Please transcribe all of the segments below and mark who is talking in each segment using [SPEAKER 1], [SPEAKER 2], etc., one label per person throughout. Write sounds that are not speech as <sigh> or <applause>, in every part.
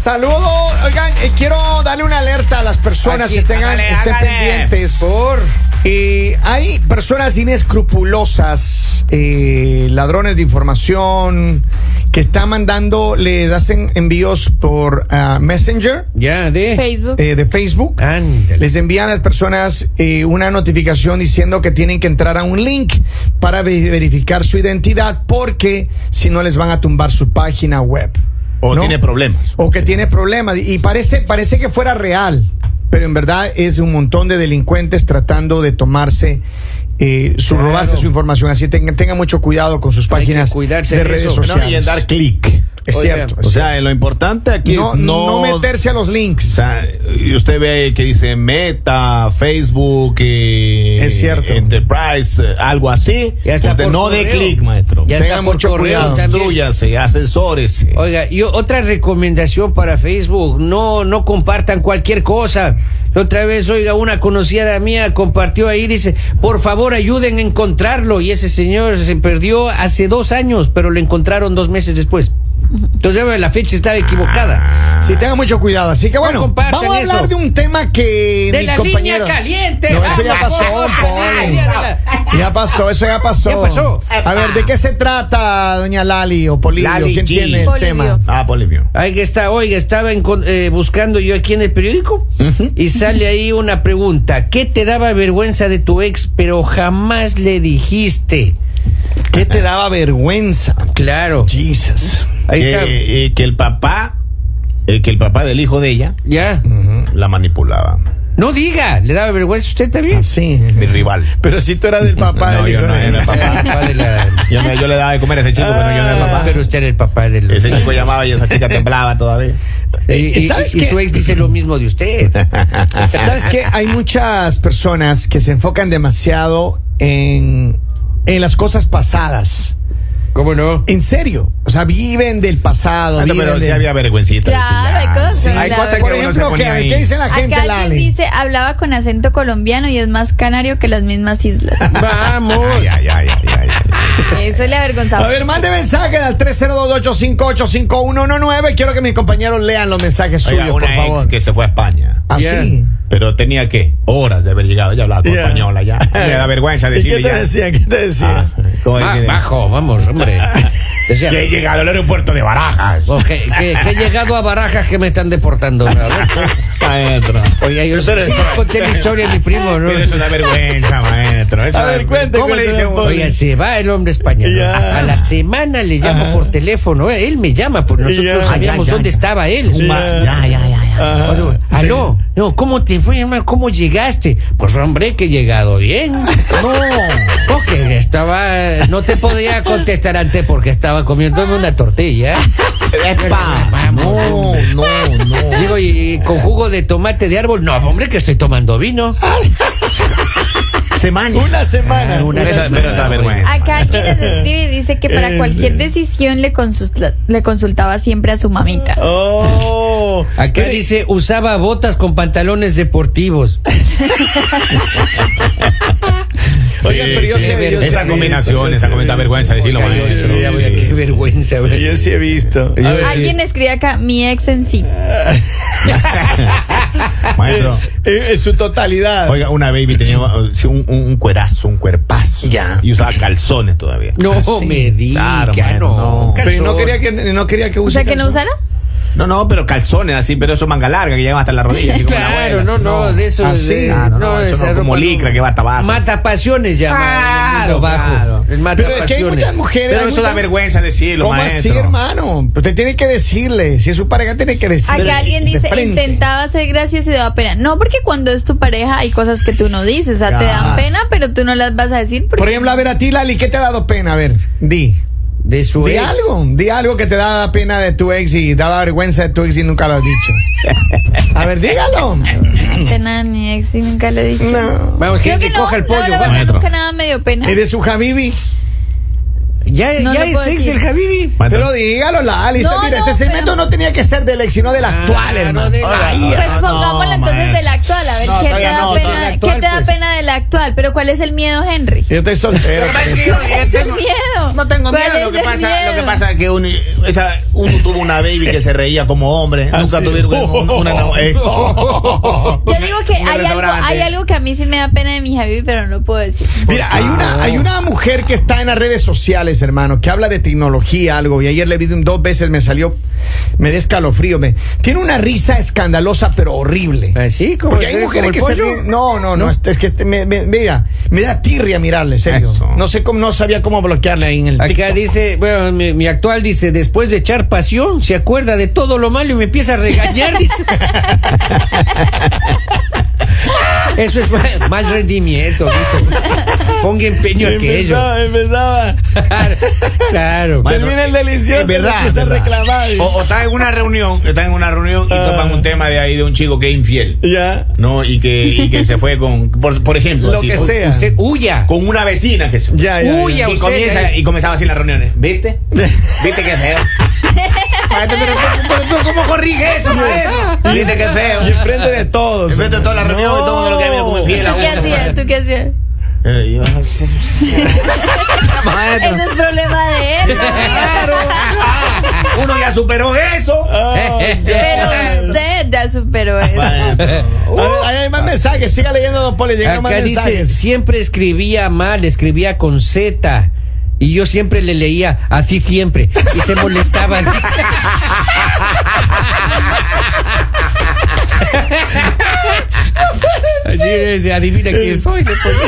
[SPEAKER 1] Saludos. Oigan, eh, quiero darle una alerta a las personas
[SPEAKER 2] Aquí,
[SPEAKER 1] que tengan,
[SPEAKER 2] hágale,
[SPEAKER 1] estén
[SPEAKER 2] hágale.
[SPEAKER 1] pendientes.
[SPEAKER 2] Por.
[SPEAKER 1] Eh, hay personas inescrupulosas, eh, ladrones de información, que están mandando, les hacen envíos por ah, Messenger
[SPEAKER 2] Ya, de.
[SPEAKER 3] Facebook.
[SPEAKER 1] eh, de Facebook.
[SPEAKER 2] Ándale.
[SPEAKER 1] Les envían a las personas eh, una notificación diciendo que tienen que entrar a un link para ve- verificar su identidad porque si no les van a tumbar su página web.
[SPEAKER 4] O
[SPEAKER 1] ¿no?
[SPEAKER 4] tiene problemas.
[SPEAKER 1] O que tiene problemas. Y parece, parece que fuera real, pero en verdad es un montón de delincuentes tratando de tomarse. eh, su
[SPEAKER 2] Claro.
[SPEAKER 1] robarse su información así tengan tengan mucho cuidado con sus
[SPEAKER 2] que
[SPEAKER 1] páginas
[SPEAKER 2] cuidarse
[SPEAKER 1] de
[SPEAKER 2] de
[SPEAKER 1] redes
[SPEAKER 2] eso.
[SPEAKER 4] No,
[SPEAKER 1] sociales
[SPEAKER 4] y en dar clic.
[SPEAKER 1] es
[SPEAKER 2] Oiga,
[SPEAKER 1] cierto,
[SPEAKER 2] o
[SPEAKER 1] es
[SPEAKER 4] O sea, lo importante aquí
[SPEAKER 1] cierto.
[SPEAKER 4] es
[SPEAKER 1] no, no
[SPEAKER 4] no
[SPEAKER 1] meterse a los links
[SPEAKER 4] O sea, y usted ve que dice Meta, Facebook, eh,
[SPEAKER 1] Es cierto.
[SPEAKER 4] Enterprise, eh, algo así.
[SPEAKER 2] Ya está
[SPEAKER 4] Usted
[SPEAKER 2] por
[SPEAKER 4] no dé
[SPEAKER 2] correo.
[SPEAKER 4] clic, maestro.
[SPEAKER 2] Ya está
[SPEAKER 1] Tenga
[SPEAKER 2] por
[SPEAKER 1] mucho
[SPEAKER 2] correo
[SPEAKER 1] cuidado.
[SPEAKER 2] también.
[SPEAKER 4] Instruyase, asesórese.
[SPEAKER 2] Oiga, yo otra recomendación para Facebook, no no compartan cualquier cosa. La otra vez, oiga, una conocida mía compartió ahí, dice, por favor ayuden a encontrarlo. Y ese señor se perdió hace dos años, pero lo encontraron dos meses después. Entonces ya la fecha estaba equivocada.
[SPEAKER 1] Sí, tengan mucho cuidado. Así que bueno,
[SPEAKER 2] compartan
[SPEAKER 1] vamos a hablar
[SPEAKER 2] eso.
[SPEAKER 1] de un tema que
[SPEAKER 2] De
[SPEAKER 1] mi
[SPEAKER 2] la
[SPEAKER 1] compañero-
[SPEAKER 2] línea caliente.
[SPEAKER 1] No, eso ya
[SPEAKER 2] vamos,
[SPEAKER 1] pasó,
[SPEAKER 2] vamos,
[SPEAKER 1] Poli.
[SPEAKER 2] de la-
[SPEAKER 1] Ya pasó, eso ya pasó.
[SPEAKER 2] Ya pasó.
[SPEAKER 1] A ver, ¿de qué se trata, doña Lali o Polivio?
[SPEAKER 4] Lali
[SPEAKER 1] ¿Quién
[SPEAKER 4] G.
[SPEAKER 1] tiene el
[SPEAKER 3] Polivio.
[SPEAKER 1] tema?
[SPEAKER 4] Ah, Polivio.
[SPEAKER 2] Ahí está, oiga, estaba encon- eh, buscando yo aquí en el periódico y sale ahí una pregunta. ¿Qué te daba vergüenza de tu ex, pero jamás le dijiste?
[SPEAKER 1] ¿Qué te daba vergüenza?
[SPEAKER 2] Claro.
[SPEAKER 1] Jesus.
[SPEAKER 2] Ahí
[SPEAKER 4] Eh,
[SPEAKER 2] está.
[SPEAKER 4] eh, que el papá, eh, que el papá del hijo de ella
[SPEAKER 2] Ya.
[SPEAKER 4] la manipulaba.
[SPEAKER 2] No diga, le daba vergüenza a usted también.
[SPEAKER 4] Ah,
[SPEAKER 1] Así.
[SPEAKER 4] Mi rival.
[SPEAKER 1] Pero si tú eras del papá
[SPEAKER 4] No,
[SPEAKER 1] del
[SPEAKER 4] yo
[SPEAKER 1] hijo
[SPEAKER 4] no
[SPEAKER 1] de-
[SPEAKER 4] era papá.
[SPEAKER 2] Papá de la-
[SPEAKER 4] Yo, me- yo le daba de comer a ese chico, pero Ah. yo no era papá.
[SPEAKER 2] Pero usted era el papá del.
[SPEAKER 4] Ese chico llamaba y esa chica temblaba todavía.
[SPEAKER 2] Y, y-
[SPEAKER 1] ¿Sabes
[SPEAKER 2] y
[SPEAKER 1] qué?
[SPEAKER 2] su ex dice lo mismo de usted.
[SPEAKER 4] <laughs>
[SPEAKER 1] ¿Sabes qué? Hay muchas personas que se enfocan demasiado en, en las cosas pasadas.
[SPEAKER 2] ¿Cómo no?
[SPEAKER 1] En serio. O sea, viven del pasado.
[SPEAKER 4] Ah, no,
[SPEAKER 1] viven
[SPEAKER 4] pero sí
[SPEAKER 1] del-
[SPEAKER 4] había vergüencita.
[SPEAKER 3] Claro, hay cosas
[SPEAKER 4] sí.
[SPEAKER 3] que
[SPEAKER 4] Hay
[SPEAKER 3] la-
[SPEAKER 4] cosas que
[SPEAKER 1] Por
[SPEAKER 4] uno se
[SPEAKER 1] ejemplo,
[SPEAKER 4] ponía
[SPEAKER 1] ¿qué,
[SPEAKER 4] ahí.
[SPEAKER 1] ¿qué dice la gente,
[SPEAKER 3] Acá alguien
[SPEAKER 1] Lali?
[SPEAKER 3] dice, hablaba con acento colombiano y es más canario que las mismas islas.
[SPEAKER 2] Vamos.
[SPEAKER 4] Ay, ay, ay, ay, ay, ay.
[SPEAKER 3] Eso le
[SPEAKER 1] A
[SPEAKER 3] avergonzaba.
[SPEAKER 1] ver, mande mensajes al 302-858-5119. Quiero que mis compañeros lean los mensajes
[SPEAKER 4] Oiga,
[SPEAKER 1] suyos,
[SPEAKER 4] una
[SPEAKER 1] por
[SPEAKER 4] ex
[SPEAKER 1] favor.
[SPEAKER 4] que se fue a España.
[SPEAKER 1] Así.
[SPEAKER 2] Bien.
[SPEAKER 4] Pero tenía que horas de haber llegado. Ya hablaba con
[SPEAKER 1] Yeah.
[SPEAKER 4] española ya. Me da vergüenza decirle ya.
[SPEAKER 1] ¿Qué te
[SPEAKER 4] Ah, ¿cómo
[SPEAKER 2] Va-
[SPEAKER 4] dice?
[SPEAKER 2] bajo, vamos,
[SPEAKER 4] <laughs>
[SPEAKER 2] hombre. Decía,
[SPEAKER 4] Que he llegado al aeropuerto de Barajas.
[SPEAKER 2] "Oh, que, que- que he llegado a barajas que me están deportando. ¿verdad?
[SPEAKER 4] <laughs> Maestro.
[SPEAKER 2] Oiga, yo
[SPEAKER 4] Pero
[SPEAKER 2] les
[SPEAKER 4] eso-
[SPEAKER 2] conté la historia de mi primo, ¿no?
[SPEAKER 4] Pero es una vergüenza, maestro. Es
[SPEAKER 1] A
[SPEAKER 4] una
[SPEAKER 1] ver,
[SPEAKER 4] vergüenza.
[SPEAKER 1] cuente,
[SPEAKER 4] ¿Cómo le
[SPEAKER 1] cuente,
[SPEAKER 4] dice
[SPEAKER 1] don
[SPEAKER 4] uno?
[SPEAKER 1] Poli.
[SPEAKER 2] Oiga, se va el hombre español.
[SPEAKER 1] Ya.
[SPEAKER 2] A la semana le llamo por teléfono. ¿eh? Él me llama, por nosotros
[SPEAKER 1] Ya.
[SPEAKER 2] sabíamos
[SPEAKER 4] Ah, ya, ya,
[SPEAKER 2] dónde
[SPEAKER 4] ya.
[SPEAKER 2] estaba él.
[SPEAKER 4] Un ma- Ya, ya, ya, ya.
[SPEAKER 1] Ajá.
[SPEAKER 2] Aló, no, ¿cómo te fue, hermano? ¿Cómo llegaste? Pues hombre, que he llegado bien. No, porque estaba, no te podía contestar antes porque estaba comiéndome una tortilla.
[SPEAKER 4] Epa.
[SPEAKER 2] Vamos.
[SPEAKER 4] No, no, no.
[SPEAKER 2] Digo, ¿y con jugo de tomate de árbol? No, hombre, que estoy tomando vino.
[SPEAKER 4] Semana. Una semana.
[SPEAKER 2] Ah, una
[SPEAKER 4] Esa-
[SPEAKER 2] semana,
[SPEAKER 4] Pero esa
[SPEAKER 2] güey.
[SPEAKER 4] vergüenza.
[SPEAKER 3] Acá alguien les escribe y dice que para cualquier decisión le, consulta- le consultaba siempre a su mamita.
[SPEAKER 4] Oh.
[SPEAKER 2] Acá dice, usaba botas con pantalones deportivos.
[SPEAKER 1] Oigan, pero yo
[SPEAKER 2] sí,
[SPEAKER 1] sé- yo
[SPEAKER 4] esa
[SPEAKER 1] sé-
[SPEAKER 4] combinación,
[SPEAKER 1] yo sé-
[SPEAKER 4] esa combinación, vergüenza decirlo,
[SPEAKER 2] Oiga, yo
[SPEAKER 4] maestro.
[SPEAKER 2] sí, ya, oiga,
[SPEAKER 4] sí.
[SPEAKER 2] qué vergüenza, güey.
[SPEAKER 1] Yo sí he visto.
[SPEAKER 2] A ver,
[SPEAKER 3] Alguien escribe acá, mi ex en sí.
[SPEAKER 4] Maestro.
[SPEAKER 1] Eh, En su totalidad.
[SPEAKER 4] Oiga, una baby tenía uh, sí, un, un, un cuerazo, un cuerpazo.
[SPEAKER 1] Ya.
[SPEAKER 4] Y usaba calzones todavía.
[SPEAKER 2] No
[SPEAKER 1] sí.
[SPEAKER 2] me diga,
[SPEAKER 4] Claro, maestro,
[SPEAKER 2] no.
[SPEAKER 4] no.
[SPEAKER 1] pero no
[SPEAKER 2] Ah, calzón.
[SPEAKER 1] quería que no quería que
[SPEAKER 3] O sea, que no
[SPEAKER 1] calzón.
[SPEAKER 3] usara.
[SPEAKER 4] No, no, pero calzones así, pero eso manga larga que llegan hasta la rodilla. así como la
[SPEAKER 2] Claro,
[SPEAKER 4] abuela,
[SPEAKER 2] no,
[SPEAKER 4] así,
[SPEAKER 2] no, de eso.
[SPEAKER 1] Así,
[SPEAKER 2] de,
[SPEAKER 4] claro, no, eso
[SPEAKER 2] esa
[SPEAKER 4] no, como
[SPEAKER 2] ropa
[SPEAKER 4] licra que va hasta abajo.
[SPEAKER 2] Mata pasiones llama.
[SPEAKER 4] Claro,
[SPEAKER 2] lo bajo.
[SPEAKER 4] claro.
[SPEAKER 2] El mata
[SPEAKER 1] Pero es que hay
[SPEAKER 2] pasiones.
[SPEAKER 1] muchas mujeres.
[SPEAKER 4] Pero
[SPEAKER 1] hay
[SPEAKER 4] eso da
[SPEAKER 1] muchas-
[SPEAKER 4] vergüenza decirlo,
[SPEAKER 1] ¿Cómo así,
[SPEAKER 4] maestro.
[SPEAKER 1] hermano? Pues Usted tiene que decirle. Si es su pareja, tiene que decirle.
[SPEAKER 3] Acá alguien
[SPEAKER 1] de
[SPEAKER 3] dice,
[SPEAKER 1] frente.
[SPEAKER 3] intentaba ser gracioso y daba pena. No, porque cuando es tu pareja hay cosas que tú no dices. O sea, te dan
[SPEAKER 4] Ah.
[SPEAKER 3] pena, pero tú no las vas a decir. Porque
[SPEAKER 1] Por ejemplo, a ver, a ti, Lali, ¿qué te ha dado pena? A ver, di.
[SPEAKER 2] De su
[SPEAKER 1] Di
[SPEAKER 2] ex.
[SPEAKER 1] algo, di algo que te da pena de tu ex y daba vergüenza de tu ex y nunca lo has dicho. A ver, dígalo.
[SPEAKER 3] pena de mi ex y nunca lo he dicho.
[SPEAKER 1] No.
[SPEAKER 2] Vamos,
[SPEAKER 3] Creo
[SPEAKER 2] que,
[SPEAKER 3] que
[SPEAKER 2] que
[SPEAKER 3] no,
[SPEAKER 2] coja el
[SPEAKER 3] no,
[SPEAKER 2] pollo.
[SPEAKER 3] la verdad,
[SPEAKER 4] maestro.
[SPEAKER 3] nunca nada me dio pena.
[SPEAKER 1] Y de su Habibi.
[SPEAKER 2] ya
[SPEAKER 3] No
[SPEAKER 2] ya
[SPEAKER 3] lo
[SPEAKER 2] es
[SPEAKER 3] puedo
[SPEAKER 2] ex
[SPEAKER 3] decir.
[SPEAKER 2] el Javivi.
[SPEAKER 4] Maestro,
[SPEAKER 1] Pero dígalo, Lali.
[SPEAKER 3] No,
[SPEAKER 1] Usted, mira,
[SPEAKER 3] no,
[SPEAKER 1] este segmento
[SPEAKER 3] pero-
[SPEAKER 1] no tenía que ser del ex, sino del actual,
[SPEAKER 2] Ah, no,
[SPEAKER 1] hermano.
[SPEAKER 2] de la-
[SPEAKER 1] Ahí,
[SPEAKER 3] Pues
[SPEAKER 1] hermano.
[SPEAKER 3] pongámoslo entonces
[SPEAKER 4] maestro.
[SPEAKER 3] de la actual, a ver
[SPEAKER 4] No,
[SPEAKER 3] qué te
[SPEAKER 4] todavía
[SPEAKER 3] da
[SPEAKER 4] no,
[SPEAKER 3] pena,
[SPEAKER 2] todavía
[SPEAKER 3] qué
[SPEAKER 2] actual,
[SPEAKER 3] te da
[SPEAKER 2] pues.
[SPEAKER 3] pena de la actual, pero ¿cuál es el miedo, Henry?
[SPEAKER 1] eh, <laughs> Yo estoy soltero.
[SPEAKER 3] ¿Cuál es el miedo?
[SPEAKER 4] No tengo tengo
[SPEAKER 3] ¿Cuál
[SPEAKER 4] miedo. Lo
[SPEAKER 3] es
[SPEAKER 4] que,
[SPEAKER 3] el
[SPEAKER 4] pasa, lo
[SPEAKER 3] miedo?
[SPEAKER 4] que pasa es que uno, esa- uno tuvo una baby que se reía como hombre. ¿eh?
[SPEAKER 1] Ah,
[SPEAKER 4] Nunca
[SPEAKER 1] sí.
[SPEAKER 4] tuvieron una, una enamo- eh.
[SPEAKER 1] oh,
[SPEAKER 3] Yo digo que
[SPEAKER 4] Un
[SPEAKER 3] hay algo,
[SPEAKER 4] restaurante.
[SPEAKER 3] hay algo que a mí sí me da pena de mi Javi, pero no puedo
[SPEAKER 4] <laughs>
[SPEAKER 3] decir.
[SPEAKER 1] Mira, hay
[SPEAKER 5] Ah.
[SPEAKER 1] una, hay una mujer que está en las redes sociales, hermano, que habla de tecnología, algo, y ayer le vi de un- dos veces, me salió, me da escalofrío, me, tiene una risa escandalosa, pero horrible.
[SPEAKER 5] Eh,
[SPEAKER 2] Así Ah, como,
[SPEAKER 1] Porque hay
[SPEAKER 2] como
[SPEAKER 1] mujeres
[SPEAKER 2] el
[SPEAKER 1] que se
[SPEAKER 2] pollo.
[SPEAKER 1] ríen- No, no, no, este- es que este- me, me- mira, me da tirria mirarle, serio.
[SPEAKER 4] Eso.
[SPEAKER 1] No sé cómo, no sabía cómo bloquearle ahí en el
[SPEAKER 2] Acá
[SPEAKER 1] TikTok.
[SPEAKER 2] dice, bueno, mi, mi actual dice, después de echar pasión, se acuerda de todo lo malo y me empieza a regañar. dice. <laughs> Eso es mal, mal rendimiento, mijo. Ponga empeño a aquello.
[SPEAKER 5] empezaba.
[SPEAKER 2] Claro, claro.
[SPEAKER 4] Maestro,
[SPEAKER 5] Termina el delicioso.
[SPEAKER 1] es verdad,
[SPEAKER 5] y empieza a
[SPEAKER 1] es verdad.
[SPEAKER 5] reclamar.
[SPEAKER 4] O, o están en una reunión, están en una reunión y
[SPEAKER 5] Ah.
[SPEAKER 4] topan un tema de ahí de un chico que es infiel.
[SPEAKER 1] <laughs>
[SPEAKER 5] Ya.
[SPEAKER 4] No, y que, y que se fue con, por, por ejemplo,
[SPEAKER 1] Lo
[SPEAKER 4] así,
[SPEAKER 1] que
[SPEAKER 4] con-
[SPEAKER 1] sea.
[SPEAKER 2] Usted huya.
[SPEAKER 4] con una vecina que se
[SPEAKER 1] Ya, ya, ya.
[SPEAKER 2] Uy,
[SPEAKER 4] y,
[SPEAKER 2] usted,
[SPEAKER 4] comienza,
[SPEAKER 2] ya.
[SPEAKER 3] eh.
[SPEAKER 4] y comenzaba así las reuniones. <laughs> ¿Viste? ¿Viste qué
[SPEAKER 3] <laughs>
[SPEAKER 4] feo? Maestro, pero, pero, pero, ¿cómo corrige eso, maestro? ¿Viste qué feo?
[SPEAKER 5] Y enfrente de todos.
[SPEAKER 4] Enfrente de toda la reunión y todo el mundo lo que había como infiel
[SPEAKER 3] ¿Tú
[SPEAKER 4] a
[SPEAKER 3] qué
[SPEAKER 4] uno.
[SPEAKER 3] hacías? ¿Tú qué hacías?
[SPEAKER 4] Eh, yo-
[SPEAKER 5] Ah,
[SPEAKER 3] Eso es problema de
[SPEAKER 4] <laughs>
[SPEAKER 3] él.
[SPEAKER 2] <laughs>
[SPEAKER 3] ¿no?
[SPEAKER 4] Uno ya superó eso.
[SPEAKER 5] Ah,
[SPEAKER 3] Pero usted ya superó
[SPEAKER 2] <laughs>
[SPEAKER 3] eso.
[SPEAKER 1] A ver, ahí hay más mensajes, siga leyendo, don Poli, llegaron más
[SPEAKER 2] Uh. Acá dice,
[SPEAKER 1] mensajes.
[SPEAKER 2] siempre escribía mal, escribía con Z. Y yo siempre le leía, así siempre. Y se molestaba. <laughs> dice. Así es, adivina
[SPEAKER 1] Eh,
[SPEAKER 2] quién soy. le pone.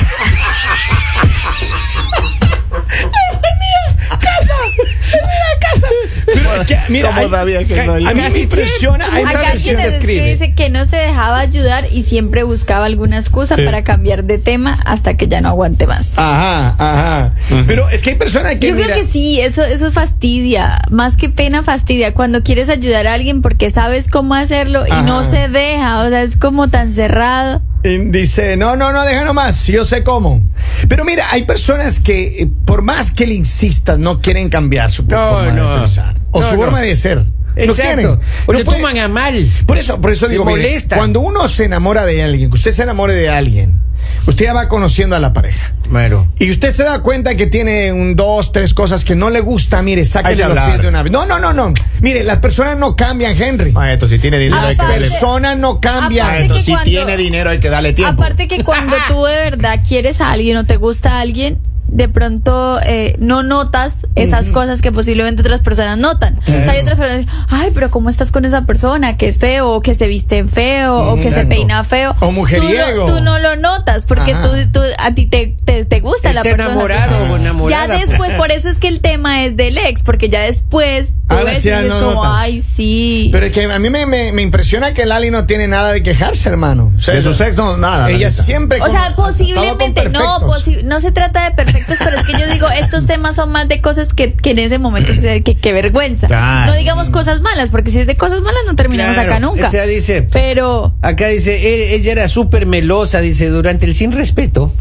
[SPEAKER 1] Pero es que, mira,
[SPEAKER 5] ¿Cómo
[SPEAKER 1] hay-
[SPEAKER 5] sabía que no?
[SPEAKER 1] a mí me impresiona, hay una
[SPEAKER 3] Acá
[SPEAKER 1] versión
[SPEAKER 3] quien
[SPEAKER 1] que
[SPEAKER 3] es que
[SPEAKER 1] escribe.
[SPEAKER 3] dice que no se dejaba ayudar y siempre buscaba alguna excusa para cambiar de tema hasta que ya no aguante
[SPEAKER 4] Ah,
[SPEAKER 3] más.
[SPEAKER 1] Ajá, ajá. Pero es que hay personas que.
[SPEAKER 3] Yo creo
[SPEAKER 1] mira-
[SPEAKER 3] que sí, eso, eso fastidia, más que pena fastidia, cuando quieres ayudar a alguien porque sabes cómo hacerlo y
[SPEAKER 1] Ajá.
[SPEAKER 3] no se deja, o sea, es como tan cerrado.
[SPEAKER 1] Y Dice, no, no, no, deja nomás, yo sé cómo. Pero mira, hay personas que, eh, por más que le insistas, no quieren cambiar su
[SPEAKER 2] No,
[SPEAKER 1] forma de
[SPEAKER 2] no.
[SPEAKER 1] pensar o
[SPEAKER 2] No,
[SPEAKER 1] su
[SPEAKER 2] no.
[SPEAKER 1] forma de ser. No quieren.
[SPEAKER 2] Exacto. O
[SPEAKER 1] No
[SPEAKER 2] le
[SPEAKER 1] pueden.
[SPEAKER 2] toman a mal.
[SPEAKER 1] Por eso, por eso
[SPEAKER 2] Se
[SPEAKER 1] digo, mire,
[SPEAKER 2] molestan.
[SPEAKER 1] cuando uno se enamora de alguien, que usted se enamore de alguien, usted ya va conociendo a la pareja.
[SPEAKER 2] Bueno.
[SPEAKER 1] Y usted se da cuenta que tiene un dos, tres cosas que no le gusta, mire,
[SPEAKER 4] Hay que
[SPEAKER 1] sáquele los pies
[SPEAKER 4] hablar.
[SPEAKER 1] de una vez. No, no, no, no. Mire, las personas no cambian, Henry.
[SPEAKER 4] Maestro, si tiene dinero
[SPEAKER 1] Las
[SPEAKER 4] hay que darle.
[SPEAKER 3] Ah, Aparte-
[SPEAKER 1] personas no cambian.
[SPEAKER 3] Aparte-
[SPEAKER 4] Maestro, si
[SPEAKER 3] cuando-
[SPEAKER 4] tiene dinero hay que darle tiempo.
[SPEAKER 3] Aparte que cuando tú de verdad quieres a alguien o te gusta a alguien, de pronto eh, no notas esas cosas que posiblemente otras personas notan. O sea, hay otras personas, que dicen, ay, pero ¿cómo estás con esa persona? Que es feo, o que se viste feo, o que se
[SPEAKER 1] Exacto.
[SPEAKER 3] peina feo.
[SPEAKER 1] O mujeriego.
[SPEAKER 3] Tú no, tú no lo notas porque
[SPEAKER 1] Ajá.
[SPEAKER 3] tú, tú- a ti te, te, te gusta
[SPEAKER 2] Está
[SPEAKER 3] la persona.
[SPEAKER 2] enamorado o enamorada. pues.
[SPEAKER 3] Ya después, por eso es que el tema es del ex, porque ya después tú
[SPEAKER 1] Ahora
[SPEAKER 3] ves
[SPEAKER 1] Ah, sí
[SPEAKER 3] y
[SPEAKER 1] ya
[SPEAKER 3] dices
[SPEAKER 1] no
[SPEAKER 3] como,
[SPEAKER 1] notas.
[SPEAKER 3] ay, sí.
[SPEAKER 1] Pero es que a mí me, me- me impresiona que Lali no tiene nada de quejarse, hermano. O sea,
[SPEAKER 4] De su sexo, nada.
[SPEAKER 1] ella
[SPEAKER 2] <laughs>
[SPEAKER 4] Lalita.
[SPEAKER 1] siempre.
[SPEAKER 3] O
[SPEAKER 1] con-
[SPEAKER 3] sea,
[SPEAKER 1] ha tratado con
[SPEAKER 3] posiblemente, no,
[SPEAKER 1] perfectos.
[SPEAKER 3] posi- no se trata de perfectos, pero es que yo digo, estos temas son más de cosas que, que en ese momento, dice, que, que vergüenza.
[SPEAKER 4] Claro.
[SPEAKER 3] No digamos cosas malas, porque si es de cosas malas no terminamos
[SPEAKER 2] Claro,
[SPEAKER 3] acá nunca.
[SPEAKER 2] o sea, dice-
[SPEAKER 3] Pero,
[SPEAKER 2] Acá dice, "E- ella era súper melosa, dice, durante el sin respeto.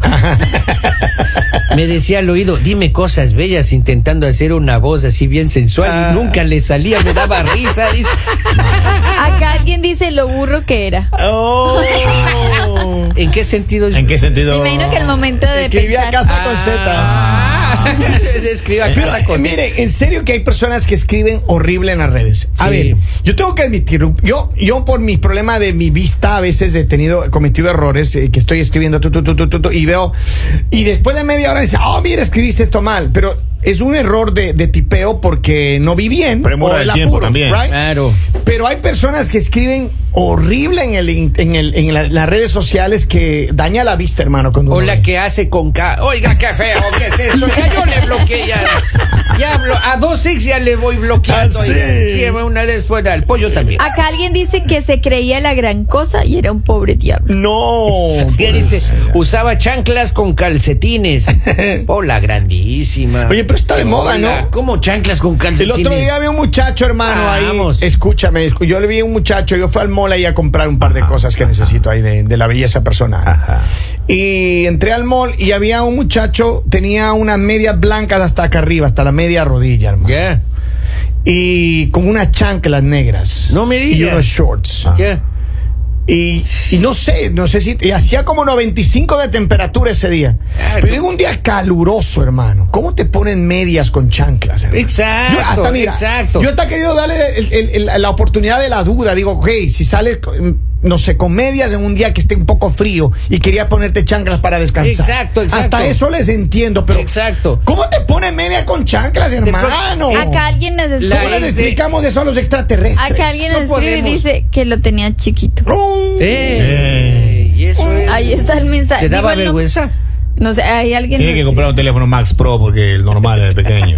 [SPEAKER 2] me decía al oído, dime cosas bellas intentando hacer una voz así bien sensual y nunca le salía, me daba risa. dice.
[SPEAKER 3] acá alguien dice lo burro que era.
[SPEAKER 5] Oh.
[SPEAKER 2] ¿En qué sentido?
[SPEAKER 4] ¿En qué sentido?
[SPEAKER 3] Me imagino que el momento de
[SPEAKER 1] Escribía
[SPEAKER 3] pensar.
[SPEAKER 1] Casta con Z.
[SPEAKER 2] Ah, <laughs> se escribe acá
[SPEAKER 1] Pero,
[SPEAKER 2] la
[SPEAKER 1] eh,
[SPEAKER 2] cosa.
[SPEAKER 1] mire, en serio que hay personas que escriben horrible en las redes. A
[SPEAKER 2] Sí.
[SPEAKER 1] ver, yo tengo que admitir, yo, yo por mi problema de mi vista a veces he tenido, he cometido errores eh, que estoy escribiendo tu, tu, tu, tu, tu, tu, y veo, y después de media hora dice, oh, mira, escribiste esto mal, pero es un error de, de tipeo porque no vi bien.
[SPEAKER 4] Premura
[SPEAKER 1] o
[SPEAKER 4] del
[SPEAKER 1] el
[SPEAKER 4] tiempo
[SPEAKER 1] apuro,
[SPEAKER 4] también.
[SPEAKER 1] right?
[SPEAKER 2] Claro.
[SPEAKER 1] Pero hay personas que escriben horrible en, el, in- en, el, en la- las redes sociales que daña la vista, hermano. cuando
[SPEAKER 2] O
[SPEAKER 1] uno
[SPEAKER 2] la
[SPEAKER 1] ve.
[SPEAKER 2] que hace con K. Oiga, qué feo, ¿qué es eso? Ya yo le bloqueé ya. Ya hablo, a dos ex ya le voy bloqueando.
[SPEAKER 5] Ah, sí.
[SPEAKER 2] oiga. Sí, una vez fuera, al pollo también.
[SPEAKER 3] Acá alguien dice que se creía la gran cosa y era un pobre
[SPEAKER 2] <laughs>
[SPEAKER 3] diablo.
[SPEAKER 1] No.
[SPEAKER 2] ¿Qué dice? Usaba chanclas
[SPEAKER 1] <laughs>
[SPEAKER 2] con calcetines. Hola, grandísima.
[SPEAKER 1] Oye, pero está de moda, ¿no?
[SPEAKER 2] Hola, ¿Cómo chanclas con
[SPEAKER 1] El
[SPEAKER 2] calcetines?
[SPEAKER 1] otro día vi un muchacho, hermano,
[SPEAKER 2] Vamos.
[SPEAKER 1] ahí. Escúchame, escu- yo le vi a un muchacho, yo fui al mall ahí a comprar un par de cosas que necesito ahí de, de la belleza personal. Y entré al mall y había un muchacho, tenía unas medias blancas hasta acá arriba, hasta la media rodilla, hermano.
[SPEAKER 2] Ya,
[SPEAKER 1] Y con unas chanclas negras.
[SPEAKER 2] No me
[SPEAKER 1] Y
[SPEAKER 2] digas. Ah.
[SPEAKER 1] unos shorts.
[SPEAKER 2] ya.
[SPEAKER 1] Y, y no sé, no sé si. Y hacía como 95 de temperatura ese día.
[SPEAKER 2] Exacto.
[SPEAKER 1] Pero digo un día caluroso, hermano. ¿Cómo te ponen medias con chanclas, hermano?
[SPEAKER 2] Exacto,
[SPEAKER 1] Yo hasta, mira,
[SPEAKER 2] exacto.
[SPEAKER 1] Yo hasta he querido darle el- el- el- la oportunidad de la duda. Digo, ok, si sales, no sé, con medias en un día que esté un poco frío y quería ponerte chanclas para descansar.
[SPEAKER 2] Exacto, exacto.
[SPEAKER 1] Hasta eso les entiendo, pero. <laughs>
[SPEAKER 2] Exacto.
[SPEAKER 1] ¿Cómo te ponen medias con chanclas,
[SPEAKER 2] pronto-
[SPEAKER 1] hermano?
[SPEAKER 3] Acá alguien nos
[SPEAKER 1] ¿Cómo
[SPEAKER 2] La
[SPEAKER 3] escribe,
[SPEAKER 1] les
[SPEAKER 2] ex de-
[SPEAKER 1] explicamos eso a los extraterrestres?
[SPEAKER 3] acá alguien
[SPEAKER 2] no
[SPEAKER 3] nos escribe y
[SPEAKER 2] podemos.
[SPEAKER 3] dice que lo tenía chiquito.
[SPEAKER 1] ¡Oh!
[SPEAKER 2] Eh, y eso es-
[SPEAKER 3] Ahí está el mensaje.
[SPEAKER 2] ¿Te daba
[SPEAKER 3] Digo, no-
[SPEAKER 2] vergüenza?
[SPEAKER 3] No sé, hay alguien.
[SPEAKER 4] Tiene que comprar un teléfono Max Pro porque el normal es <laughs> pequeño.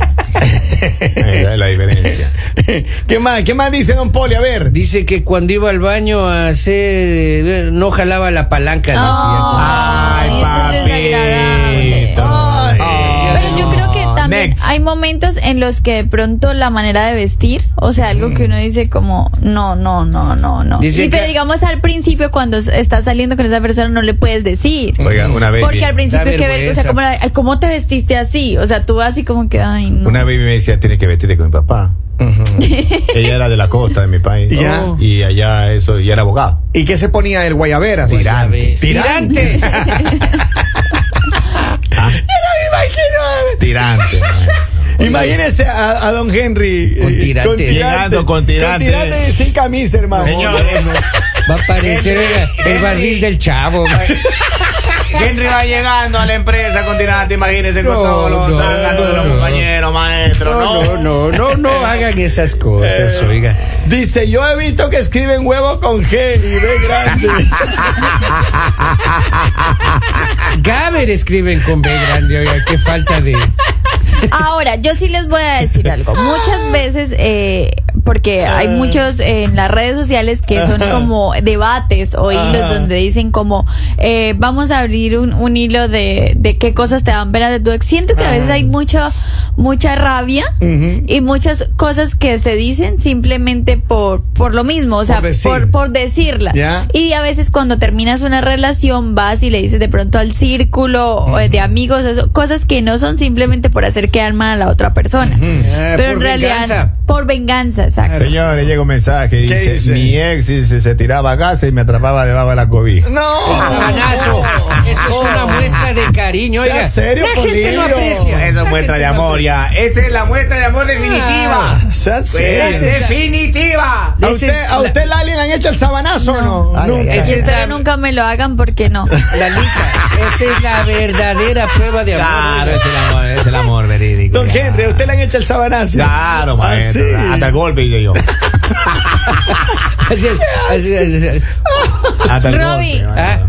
[SPEAKER 4] Esa es la diferencia.
[SPEAKER 1] <laughs> ¿Qué más? ¿Qué más dice Don Poli? A ver.
[SPEAKER 2] Dice que cuando iba al baño a hacer. eh, no jalaba la palanca. decía.
[SPEAKER 3] Ah. Ay, eso es desagradable.
[SPEAKER 1] Ay,
[SPEAKER 4] Ay,
[SPEAKER 3] Pero yo creo que también
[SPEAKER 1] Next.
[SPEAKER 3] hay momentos en los que de pronto la manera de vestir, o sea, algo que uno dice como, no, no, no, no, no.
[SPEAKER 2] Dice
[SPEAKER 3] Y, pero
[SPEAKER 2] que-
[SPEAKER 3] digamos al principio cuando s- estás saliendo con esa persona no le puedes decir.
[SPEAKER 4] Oiga, una vez.
[SPEAKER 3] Porque al principio
[SPEAKER 2] Da
[SPEAKER 3] hay que ver, o sea,
[SPEAKER 2] vergüenza.
[SPEAKER 3] como, la- ay, ¿cómo te vestiste así? O sea, tú vas así como que, ay, no.
[SPEAKER 4] Una baby me decía, tienes que vestirte con mi
[SPEAKER 3] <laughs>
[SPEAKER 4] papá. Ella era de la costa de mi país.
[SPEAKER 1] Ya.
[SPEAKER 3] Oh.
[SPEAKER 4] Y allá eso, y era abogado.
[SPEAKER 1] ¿Y qué se ponía el guayaberas?
[SPEAKER 4] Pues,
[SPEAKER 2] Tirantes.
[SPEAKER 1] Tirantes.
[SPEAKER 4] <laughs>
[SPEAKER 2] Tirantes.
[SPEAKER 1] Imagino-
[SPEAKER 4] Ah. Tirante.
[SPEAKER 1] Imagínese a, a Don Henry.
[SPEAKER 2] Con
[SPEAKER 1] eh,
[SPEAKER 2] tirantes.
[SPEAKER 4] Llegando con tirantes.
[SPEAKER 1] Con tirantes sin camisa, hermano.
[SPEAKER 4] Señor.
[SPEAKER 2] Va a aparecer el, el barril del
[SPEAKER 1] <laughs>
[SPEAKER 2] chavo.
[SPEAKER 6] Henry va llegando a la empresa con tirante, imagínense con
[SPEAKER 2] No,
[SPEAKER 6] todos los
[SPEAKER 2] no,
[SPEAKER 6] zapatos de los
[SPEAKER 2] no.
[SPEAKER 6] compañeros, maestro, no.
[SPEAKER 2] No, no, no, no, no hagan esas cosas,
[SPEAKER 1] Eh.
[SPEAKER 2] oiga.
[SPEAKER 1] Dice, yo he visto que escriben huevo con G y B
[SPEAKER 2] <laughs>
[SPEAKER 1] grande.
[SPEAKER 2] Gaber escriben con B grande, oiga, qué falta de. ah,
[SPEAKER 3] Ahora, yo sí les voy a decir algo. Muchas veces, eh, porque hay muchos eh, en las redes sociales que son como debates o hilos donde dicen como, eh, vamos a abrir un, un hilo de, de qué cosas te dan pena de tu ex. Siento que a veces hay mucha mucha rabia y muchas cosas que se dicen simplemente por, por lo mismo, o sea, por,
[SPEAKER 1] decir.
[SPEAKER 3] por decirla.
[SPEAKER 1] Ya.
[SPEAKER 3] Y a veces cuando terminas una relación vas y le dices de pronto al círculo o de amigos, eso, cosas que no son simplemente por hacer quedar mal a la otra persona.
[SPEAKER 2] Ah,
[SPEAKER 3] Pero en
[SPEAKER 2] por
[SPEAKER 3] realidad,
[SPEAKER 2] venganza.
[SPEAKER 3] por venganza, exacto.
[SPEAKER 4] Señores, llega un mensaje y
[SPEAKER 1] ¿Qué
[SPEAKER 4] dice,
[SPEAKER 1] dice?
[SPEAKER 4] mi ex dice, se tiraba gas y me atrapaba debajo de la cobija.
[SPEAKER 1] no.
[SPEAKER 2] Anazo, eso es una muestra de cariño,
[SPEAKER 1] Sea
[SPEAKER 2] oiga.
[SPEAKER 1] serio,
[SPEAKER 2] La gente no
[SPEAKER 1] Polibio.
[SPEAKER 2] aprecia.
[SPEAKER 6] Esa
[SPEAKER 2] La
[SPEAKER 6] es muestra
[SPEAKER 2] gente
[SPEAKER 6] de
[SPEAKER 2] no
[SPEAKER 6] amor
[SPEAKER 2] aprecia.
[SPEAKER 4] Ah.
[SPEAKER 6] ya. Esa es la muestra de amor definitiva.
[SPEAKER 1] Sea serio.
[SPEAKER 6] Es definitiva.
[SPEAKER 1] ¿A
[SPEAKER 2] Pues, Ese-
[SPEAKER 1] usted, a
[SPEAKER 2] la-
[SPEAKER 1] usted Lali, le han hecho el sabanazo o no?
[SPEAKER 4] Ay,
[SPEAKER 1] Nunca.
[SPEAKER 4] ay,
[SPEAKER 2] Esa
[SPEAKER 3] Y
[SPEAKER 2] es
[SPEAKER 3] espero
[SPEAKER 2] la,
[SPEAKER 3] nunca me lo hagan porque no.
[SPEAKER 2] la liga, esa es la verdadera prueba de amor.
[SPEAKER 6] Claro,
[SPEAKER 2] oiga.
[SPEAKER 6] es el amor, es el amor verídico.
[SPEAKER 1] Don
[SPEAKER 6] ya.
[SPEAKER 1] Henry, ¿a usted le han hecho el sabanazo?
[SPEAKER 6] Ah,
[SPEAKER 4] Claro, maestro.
[SPEAKER 1] sí.
[SPEAKER 4] Hasta el golpe hice yo.
[SPEAKER 2] Así es, así es, así es.
[SPEAKER 4] Hasta el
[SPEAKER 3] Robbie.
[SPEAKER 4] golpe.
[SPEAKER 2] Ah.
[SPEAKER 6] ¿eh?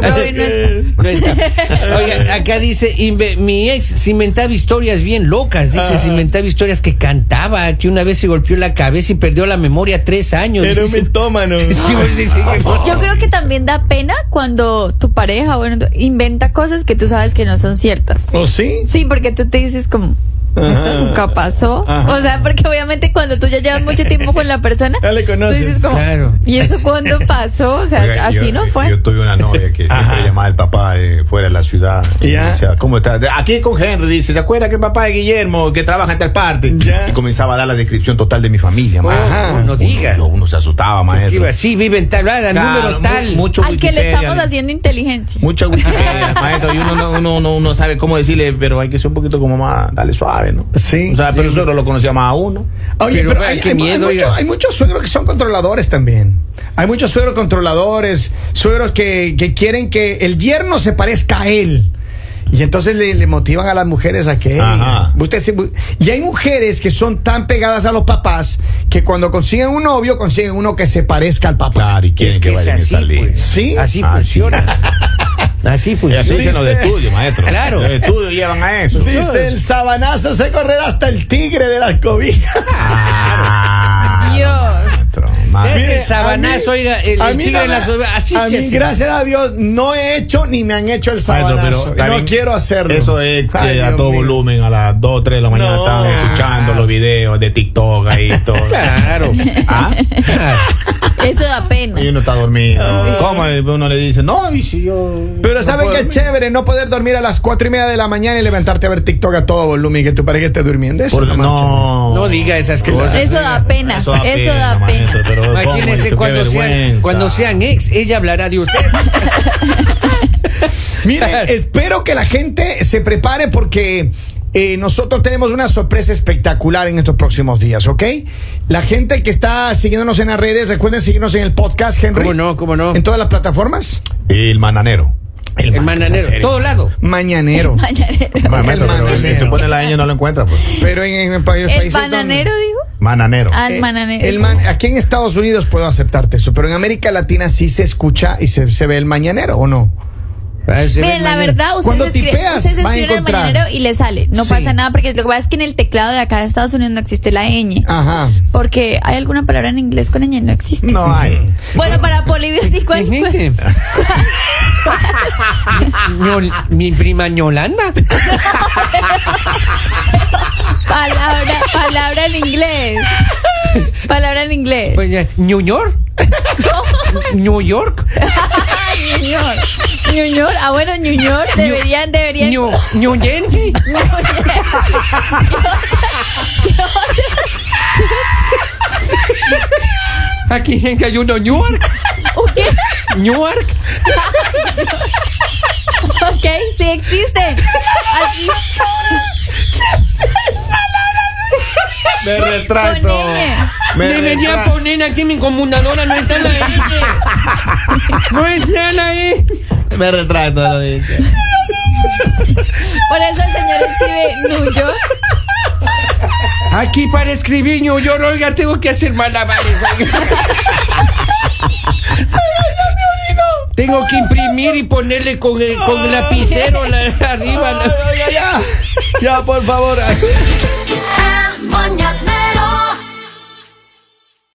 [SPEAKER 4] maestro.
[SPEAKER 3] Robin, no es-
[SPEAKER 2] No está. Oiga, acá dice, "Inve- mi ex se inventaba historias bien locas,
[SPEAKER 7] Ah.
[SPEAKER 2] dice, se inventaba historias que cantaba, que una vez se golpeó la cabeza y perdió la memoria tres años.
[SPEAKER 7] Era un
[SPEAKER 2] dice.
[SPEAKER 7] mitómano.
[SPEAKER 2] <laughs> Sí, pues, dice que-
[SPEAKER 3] Yo creo que también da pena cuando tu pareja, bueno, tu- inventa cosas que tú sabes que no son ciertas.
[SPEAKER 4] ¿Oh,
[SPEAKER 1] ¿O sí?
[SPEAKER 3] Sí, porque tú te dices como, eso nunca pasó. O sea, porque obviamente cuando tú ya llevas mucho tiempo con la persona,
[SPEAKER 7] Ya le
[SPEAKER 3] tú
[SPEAKER 7] conoces.
[SPEAKER 3] dices como,
[SPEAKER 2] Claro.
[SPEAKER 3] ¿y eso cuándo pasó? O sea,
[SPEAKER 4] Oiga,
[SPEAKER 3] así
[SPEAKER 4] yo-
[SPEAKER 3] no fue.
[SPEAKER 4] Yo tuve una novia que siempre llamaba al papá de fuera de la ciudad. Y
[SPEAKER 1] Ya.
[SPEAKER 4] me decía, ¿cómo estás? Aquí con Henry, dice, ¿se acuerda que el papá de Guillermo que trabaja en tal parte?
[SPEAKER 1] Ya.
[SPEAKER 4] Y comenzaba a dar la descripción total de mi familia, maestro.
[SPEAKER 2] Oh, no diga.
[SPEAKER 4] Uno, uno se asustaba, maestro.
[SPEAKER 2] Escriba, sí, vive en tal, ah,
[SPEAKER 4] Claro,
[SPEAKER 2] número
[SPEAKER 4] mu-
[SPEAKER 2] tal.
[SPEAKER 4] mucho
[SPEAKER 3] Al que le
[SPEAKER 4] Wikipedia,
[SPEAKER 3] estamos haciendo inteligencia.
[SPEAKER 4] Mucha
[SPEAKER 2] <laughs>
[SPEAKER 4] Wikipedia, maestro, y uno no, uno, uno no sabe cómo decirle, pero hay que ser un poquito como más, dale suave, ¿no?
[SPEAKER 1] Sí.
[SPEAKER 4] O sea, pero nosotros lo conocíamos a uno.
[SPEAKER 1] Oye, pero,
[SPEAKER 2] Pero,
[SPEAKER 1] hay, hay-
[SPEAKER 2] qué
[SPEAKER 1] hay
[SPEAKER 2] miedo,
[SPEAKER 1] mucho-
[SPEAKER 2] oiga.
[SPEAKER 1] hay muchos suegros que son controladores también. Hay muchos suegros controladores, suegros que, que quieren que el yerno se parezca a él. Y entonces le, le motivan a las mujeres a que...
[SPEAKER 4] Ajá.
[SPEAKER 1] Usted se- y hay mujeres que son tan pegadas a los papás que cuando consiguen un novio consiguen uno que se parezca al papá.
[SPEAKER 4] Claro, y
[SPEAKER 2] Es que
[SPEAKER 4] quieren que
[SPEAKER 2] es
[SPEAKER 4] vayan a
[SPEAKER 2] así,
[SPEAKER 4] salir.
[SPEAKER 2] pues.
[SPEAKER 1] Sí.
[SPEAKER 2] Así
[SPEAKER 4] Ah,
[SPEAKER 2] funciona. Así
[SPEAKER 4] Y
[SPEAKER 2] funciona.
[SPEAKER 4] así dicen los estudios, maestro.
[SPEAKER 2] Claro.
[SPEAKER 4] Los estudios llevan a eso.
[SPEAKER 1] Dice, el sabanazo se correr hasta el tigre de las cobijas.
[SPEAKER 4] Ah,
[SPEAKER 3] Dios.
[SPEAKER 4] maestro,
[SPEAKER 2] Es
[SPEAKER 4] maestro.
[SPEAKER 2] el sabanazo,
[SPEAKER 1] a mí-
[SPEAKER 2] oiga, el,
[SPEAKER 1] a
[SPEAKER 2] el
[SPEAKER 1] mí
[SPEAKER 2] tigre de
[SPEAKER 1] nada-
[SPEAKER 2] las ovejas, Así
[SPEAKER 1] a
[SPEAKER 2] se
[SPEAKER 1] mí,
[SPEAKER 2] hace.
[SPEAKER 1] gracias a Dios, no he hecho ni me han hecho el
[SPEAKER 4] Maestro,
[SPEAKER 1] sabanazo.
[SPEAKER 4] pero
[SPEAKER 1] Y
[SPEAKER 4] también
[SPEAKER 1] no quiero hacerlo.
[SPEAKER 4] Eso es que
[SPEAKER 1] Ay,
[SPEAKER 4] a
[SPEAKER 1] Dios
[SPEAKER 4] todo
[SPEAKER 1] mío.
[SPEAKER 4] volumen, a las 2, 3 de la mañana
[SPEAKER 7] No.
[SPEAKER 4] estaban escuchando los videos de TikTok
[SPEAKER 2] <laughs>
[SPEAKER 4] ahí y todo.
[SPEAKER 2] Claro.
[SPEAKER 4] ¿Ah?
[SPEAKER 3] Eso da pena.
[SPEAKER 4] Y uno está dormido. ¿Cómo uno le dice? No, y si yo.
[SPEAKER 1] Pero ¿saben qué es chévere? No poder dormir a las cuatro y media de la mañana y levantarte a ver TikTok a todo volumen y que tu pareja esté durmiendo. Eso
[SPEAKER 4] Por-
[SPEAKER 1] es lo más chévere.
[SPEAKER 4] no.
[SPEAKER 2] No diga esas cosas.
[SPEAKER 3] Eso da pena. Eso da pena.
[SPEAKER 4] maestro, pero
[SPEAKER 8] Pero,
[SPEAKER 2] Imagínense
[SPEAKER 8] cómo,
[SPEAKER 2] cuando
[SPEAKER 8] qué
[SPEAKER 2] sean,
[SPEAKER 8] vergüenza.
[SPEAKER 2] cuando sean ¿eh? ex, ella hablará de usted.
[SPEAKER 1] Miren,
[SPEAKER 2] <laughs>
[SPEAKER 1] espero que la gente se prepare porque eh, nosotros tenemos una sorpresa espectacular en estos próximos días, ¿ok? La gente que está siguiéndonos en las redes, recuerden seguirnos en el podcast, Henry.
[SPEAKER 2] ¿Cómo no? ¿Cómo no?
[SPEAKER 1] En todas las plataformas.
[SPEAKER 8] El mananero.
[SPEAKER 2] El mananero, todo lado.
[SPEAKER 1] Mañanero.
[SPEAKER 3] <laughs> Mañanero.
[SPEAKER 8] Momento, pero el que
[SPEAKER 1] mananero.
[SPEAKER 8] te pone la ñ no lo encuentra, pues.
[SPEAKER 1] Pero en, en, pa-
[SPEAKER 3] El
[SPEAKER 1] países
[SPEAKER 3] bananero
[SPEAKER 1] donde-
[SPEAKER 3] dijo.
[SPEAKER 8] Mananero.
[SPEAKER 3] Ah, el
[SPEAKER 1] Eh,
[SPEAKER 3] bananero.
[SPEAKER 1] el man- aquí en Estados Unidos puedo aceptarte eso, pero en América Latina sí se escucha y se, se ve el mañanero, ¿o no?
[SPEAKER 2] Ah,
[SPEAKER 3] Miren, la verdad,
[SPEAKER 1] Cuando
[SPEAKER 3] ustedes, escri-
[SPEAKER 1] tipeas,
[SPEAKER 3] ustedes
[SPEAKER 1] va a
[SPEAKER 3] escriben el
[SPEAKER 1] encontrar.
[SPEAKER 3] mañanero y le sale. No
[SPEAKER 1] Sí.
[SPEAKER 3] pasa nada porque lo que pasa es que en el teclado de acá de Estados Unidos no existe la ñ.
[SPEAKER 1] Ajá.
[SPEAKER 3] Porque hay alguna palabra en inglés con ñ, no existe.
[SPEAKER 8] No hay.
[SPEAKER 3] Bueno, para Polivio sí, ¿cuál fue?
[SPEAKER 2] Imagínate. Ñol- Mi prima Yolanda.
[SPEAKER 3] Palabra, palabra
[SPEAKER 1] <laughs>
[SPEAKER 3] en inglés. Palabra en inglés.
[SPEAKER 2] Pues ya, New York. New York.
[SPEAKER 3] Ay, ñuñor. Ñuñor. Ah, bueno, ñuñor. Deberían, deberían.
[SPEAKER 2] New, New Jersey. Aquí en que hay uno, Newark. Newark.
[SPEAKER 3] <laughs> Ok, sí existen. Aquí.
[SPEAKER 8] Me
[SPEAKER 3] Con ñ.
[SPEAKER 8] Me
[SPEAKER 2] Debería
[SPEAKER 8] retracto.
[SPEAKER 2] poner aquí en mi computadora, no está la N. No está la E.
[SPEAKER 8] Me retracto, lo dije.
[SPEAKER 3] Por eso el señor escribe ñuñor.
[SPEAKER 2] Aquí para escribir New York, oiga, tengo que hacer malabares. oiga. Tengo que imprimir y ponerle con, el- con lapicero la- arriba. la-
[SPEAKER 8] Ya, por favor.